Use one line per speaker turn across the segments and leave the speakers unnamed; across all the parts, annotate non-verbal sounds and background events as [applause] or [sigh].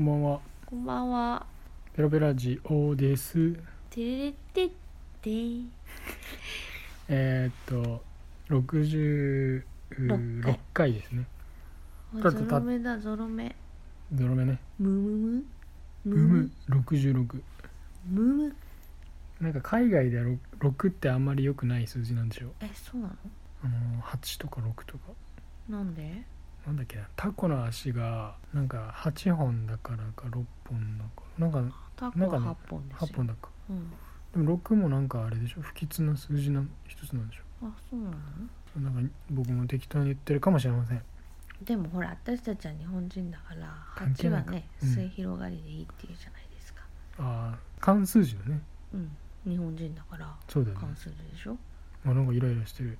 んばんは。
こんばんは。
ペロペラジオです。
てれれってって。
えーっと、六十六回ですね。
あ
だ
ゾ
ってだ
ロ目だゾロ目。
ゾロ目ね。
ムムム。
ブーム六十六。
ムム。
なんか海外ではろ六ってあんまり良くない数字なんでしょう。
えそうな
あの八とか六とか。
の？なんで？
なんだっけなタコの足がなんか八本だからか六本だからなんか
タコ
なんか
は
ね
八本ですよ。
八本だか
うん。
でも六もなんかあれでしょ不吉な数字の一つなんでしょ
あそうなの？
なんか僕も適当に言ってるかもしれません
でもほら私たちは日本人だから
関係
八
な
はい
か
ね
うん
末広がりでいいっていうじゃないですか。
ああ関数字のね
うん。日本人だから
そうだよね
関数字でしょ。
あなんかイライラしてる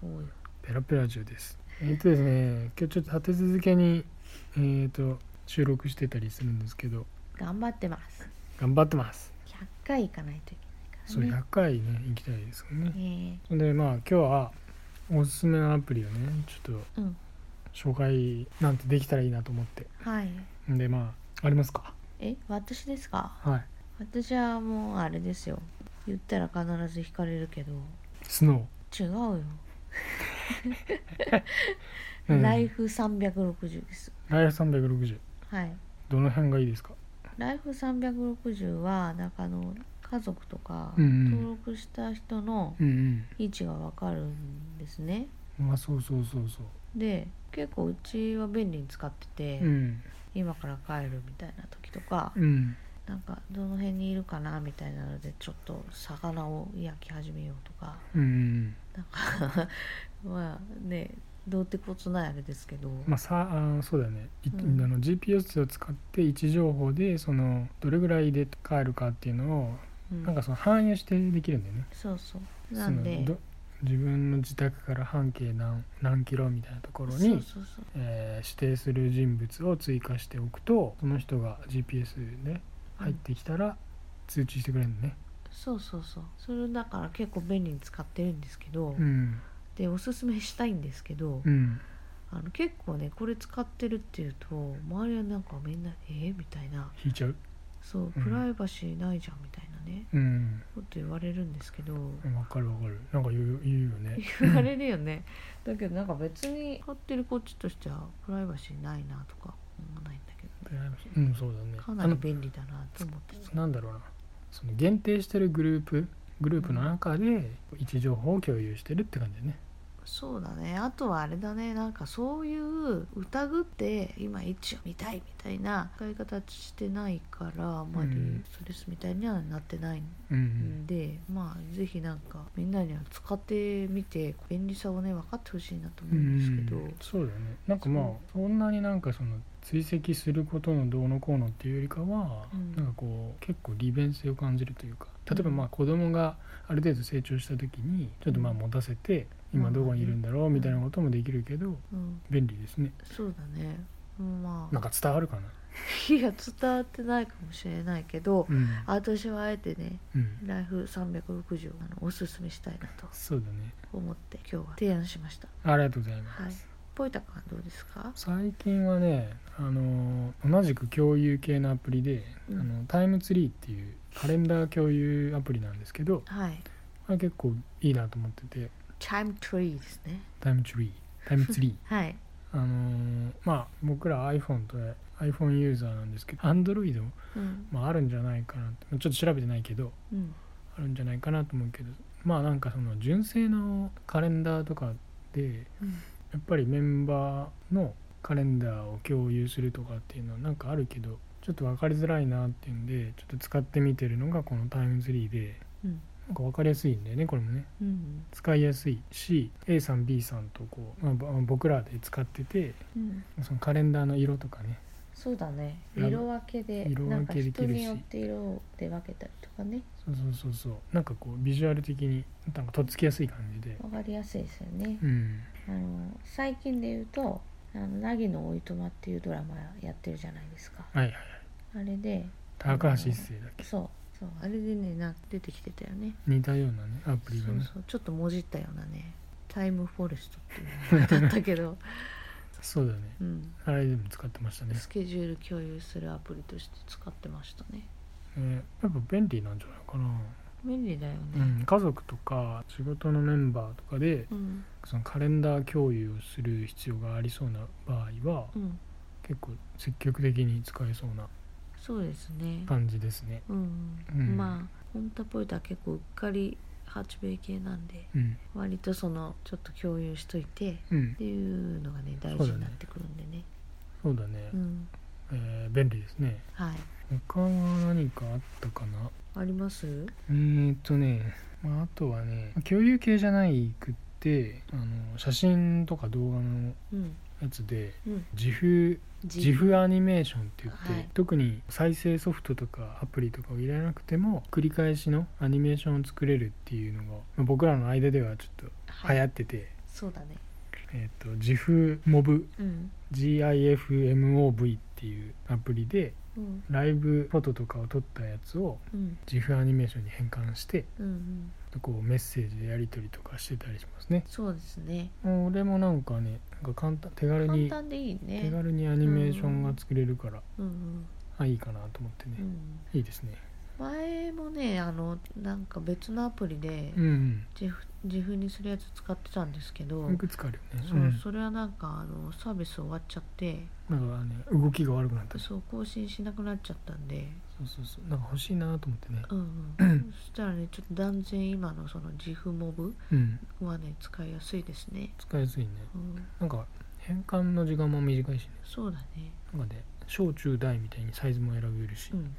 そうよ。
ペラペラ中ですえっとですね今日ちょっと立て続けにえっと収録してたりするんですけど
頑張ってます。
頑張ってます
百回行かないといけ
そ
な
う
いからね。
100回ね行きたいですよね
え
そんでまあ今日はおすすめのアプリをねちょっと
えうん。
紹介なんてできたらいいなと思って
はい。
んでまあありますか
え私ですか？
はい
私はもうあれですよ言ったら必ず惹かれるけど
スノ
違うよ、
ー、うん
ライフ360です
ライフ360
はい
どの辺がいいですか
ライフ360はなんかあの家族とか
うんうん
登録した人の
うん
位置がわかるんですね、
うんまあそうそうそうそう
で結構うちは便利に使ってて、
うん
今から帰るみたいな時とか、
うん
なんかどの辺にいるかなみたいなのでちょっと魚を焼き始めようとか
うんうん
なんか [laughs] まあねどうってことないあれですけど、
まあ、さあそうだよね、い
うん
あの GPS を使って位置情報でそのどれぐらいで帰るかっていうの
う
を
ん
なんかその反映してできるんだよね。
そうそうなん
そ
で
のど自分の自宅から半径何何キロみたいなところに
そうそうそう
えー指定する人物を追加しておくとその人が GPS で入ってきたら通知してくれるのね。
そうそうそうそれだから結構便利に使ってるんですけど、
うん、
でおすすめしたいんですけど、
うん、
あの結構ねこれ使ってるっていうと周りはなんかみんな「えーみたいな
引いちゃう
そうプライバシーないじゃんみたいなね、
うん
こと言われるんですけど、
わかるわかるなんか言う言うよね。
[laughs] 言われるよねだけどなんか別に買ってるこっちとしてはプライバシーないなとか思わないんだけどね
うんそうだね。
かなり便利だなと思ってて
なんだろうなその限定してるグループグループの中で位置情報を共有してるって感じだね
そうだねあとはあれだねなんかそういう疑って今一を見たいみたいな使い方してないからあんまり
うん
ストレスみたいにはなってない
うん
んで、まあぜひなんかみんなには使ってみて便利さをね分かってほしいなと思うんですけど、
そうだよねなんかまあそんなになんかその追跡することのどうのこうのっていうよりかは、
うん
なんかこう結構利便性を感じるというか例えば
うん
まあ子供がある程度成長した時にちょっとまあ持たせて
うん
今どこにいるんだろうみたいなこともできるけど
うん、
便利ですね
そうだねまあ
なんか伝わるかな
気が伝わってないかもしれないけど、
うん、
私はあえてね
うん、
ライフ360をあのおすすめしたいなと
そうだね
思って今日は提案しました
ありがとうございます、
はいポイタカはどうですか
最近はねあの同じく共有系のアプリで、
うん
あのタイムツリーっていうカレンダー共有アプリなんですけど
はい
あれ結構いいなと思ってて
チャイムトリーですね
タイムツリー
[laughs]
タイムツリー
はい
あのまあ僕ら iPhone と iPhone ユーザーなんですけど Android も、
うん
まあ、あるんじゃないかなってちょっと調べてないけど
うん
あるんじゃないかなと思うけどまあなんかその純正のカレンダーとかで
うん
やっぱりメンバーのカレンダーを共有するとかっていうのはなんかあるけどちょっと分かりづらいなっていうんでちょっと使ってみてるのがこのタイムツリーで
うん
なんか分かりやすいんだよねこれもね
うん
使いやすいし A さん B さんとこう、まあぼ、僕らで使ってて
うん
そのカレンダーの色とかね
そうだね
ラブ
色分けで
色
な
分
んか
けでき
人
るし
によって色で分けたりとかね
そうそうそうそうなんかこうビジュアル的になんかとっつきやすい感じで
分かりやすいですよね
うん
あの最近で言うと「あの凪のおいとま」っていうドラマやってるじゃないですか
はいはい
あれで
高橋一生だっけ
そうそうあれでねなんか出てきてたよね
似たようなねアプリが
そう
ね
そうちょっともじったようなねタイムフォレストっていうのだったけど
そうだね
うん、
あれでも使ってましたね
スケジュール共有するアプリとして使ってましたね
ねやっぱ便利なんじゃないかな、
便利だよ
う
ね
ん、家族とか仕事のメンバーとかで
うん
そのカレンダー共有をする必要がありそうな場合は
うん
結構積極的に使えそうな
そうですね
感じですね
うん、
うん
まあホンタポイントは結構うっかり八兵衛系なんで
うん
割とそのちょっと共有しといてっ
うん
ていうのがね大事になってくるんでね
そうだね、
うん
えー便利ですね
はい
他は何かあったかな
あります
うーんとね、まあ、あとはね共有系じゃないくってあの写真とか動画の
うん
やつで
うん
自負
自
自負アニメーションって言って、
はい
特に再生ソフトとかアプリとかを入れなくても繰り返しのアニメーションを作れるっていうのがまあ僕らの間ではちょっと
は
流
い
行ってて、
そうだね
えー、と自負モブ
うん、
GIFMOV っていうアプリで
うん
ライブフォトとかを撮ったやつを
うん
自負アニメーションに変換して
うんうん
こうメッセージでやり取りとかしてたりしますね
そうですね
俺もなんかねなんか簡単手軽
簡
に
単でいいね
手軽にアニメーションが作れるから、
うん
あいいかなと思ってね
うん、う、ん、
いいですね
前もねあのなんか別のアプリで
うん
自負自負にするやつ使ってたんですけど、
うんいくつかあるよね
そうそれはなんかあのサービス終わっちゃって
うん、なんかね動きが悪くなったり
そう更新しなくなっちゃったんで、
そうそうそうなんか欲しいなと思ってね
うん
[clears throat]
うん、そしたらねちょっと断然今のその自負モブ
うん
はね使いやすいですね、
使いやすいね
うん、
なんか変換の時間も短いしね
そうだね
なんかね小中大みたいにサイズも選べるし、
うん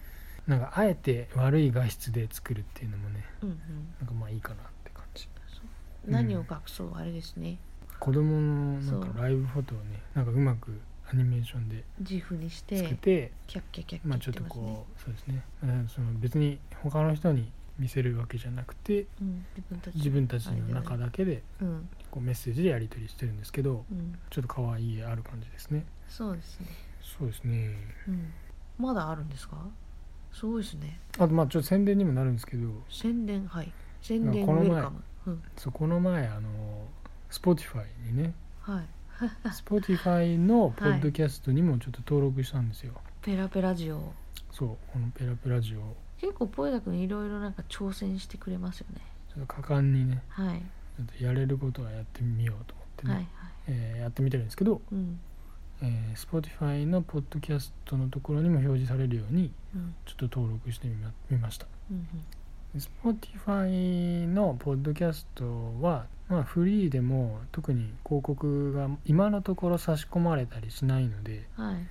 なんかあえて悪い画質で作るっていうのもね
うんうん
なんかまあいいかなって感じ
そう
うん
何を隠そう、あれですね
子供のなん
そう
かライブフォトをねなんかうまくアニメーションで
自負にして
つけて、
キャッキャキャッキャ
まあ
言
ちょっと
ってます
こ
ね、
う、そうですね、うん、その別に他の人に見せるわけじゃなくて
うん、自分たち
自分たちの中だけで
うん
こうメッセージでやり取りしてるんですけど
うん
ちょっと可愛い絵ある感じですね
そうですね、
そうですね
うん、まだあるんですかすごいですね
あとまあちょっと宣伝にもなるんですけど
宣伝はい宣伝ウ
この前
ェルカム、うん、
そうこの前あの Spotify にね
はい
Spotify のポッドキャストにもちょっと登録したんですよ、
ペラペラジオ
そうこの「ペラペラジオ」
結構ポエダ君いろいろなんか挑戦してくれますよね
ちょっと果敢にね
はい、
ちょっとやれることはやってみようと思ってね、
はいはい
えーやってみてるんですけど、
うん
えー Spotify のポッドキャストのところにも表示されるように
うん
ちょっと登録してみまみました
うん
Spotify のポッドキャストは、まあ、フリーでも特に広告が今のところ差し込まれたりしないので、
うんはい
ま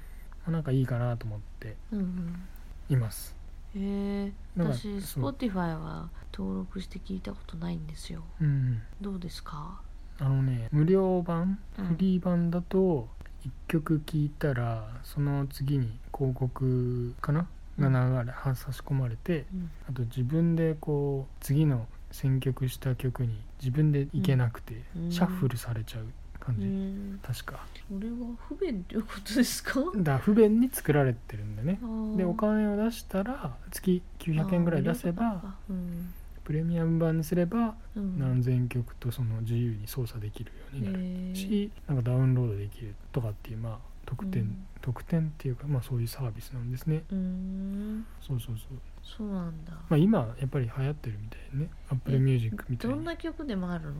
あなんかいいかなと思って
うん
います
うんへえ
なんか
私
そう
Spotify は登録して聞いたことないんですよ
うん
どうですか、
あのね無料版
うん
フリー版だと1曲聴いたらその次に広告かなが流れは差し込まれて
うん
あと自分でこう次の選曲した曲に自分でいけなくて
うん
シャッフルされちゃう感
う
じ、
ん、
確か
これは不便ということですか
だから不便に作られてるんだねで
で
お金を出したら月900円ぐらい出せば
うん
プレミアム版にすれば
うん、
何千曲とその自由に操作できるようになるしなんかダウンロードできるとかっていうまあ特典、
うん
特典っていうかまあそういうサービスなんですね
へーうーん
そうそうそう
そうなんだ、
まあ今やっぱり流行ってるみたいねアップルミュージックみたい
ど
に
んな曲でもあるの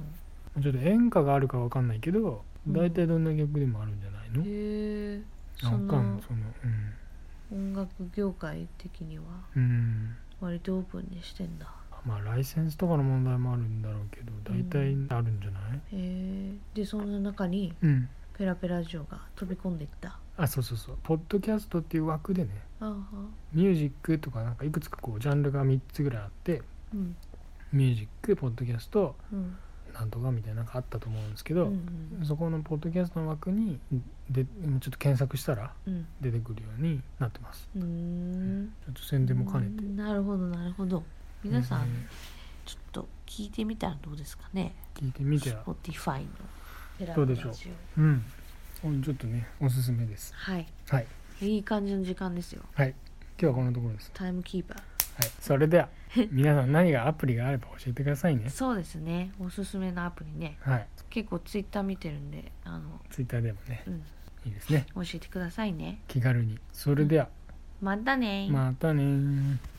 ちょっと演歌があるかわかんないけど
うん
大体どんな曲でもあるんじゃないの、
へえ
あ
そ
わかん
の
ないそのうん、
音楽業界的には
うん、
割とオープンにしてんだ
まあライセンスとかの問題もあるんだろうけど大体
うん
あるんじゃない
へえでその中に
うん、
ペラペラジオが飛び込んでいった
あそうそうそうポッドキャストっていう枠でね
あは
ミュージックとかなんかいくつかこうジャンルが3つぐらいあって
うん
ミュージックポッドキャスト
うん
なんとかみたいなのがあったと思うんですけ
う
ど、
ん
そこのポッドキャストの枠にでちょっと検索したら
うん
出てくるようになってます
うーん
ちょっと宣伝も兼ねて
なるほどなるほど皆さん、
う
ちょっと聞いてみたらどうですかね
聞いてみては
Spotify のペラ
どうでしょう
ペラジオ
うんちょっとねおすすめです
はい
はい
いい感じの時間ですよ
はい今日はこのところです、
タイムキーパー
はい、それでは皆さん何がアプリがあれば教えてくださいね
そうですねおすすめのアプリね
はい
結構ツイッター見てるんであの
ツイッターでもね
うん
いいですね
教えてくださいね
気軽にそれでは
またねー
またねー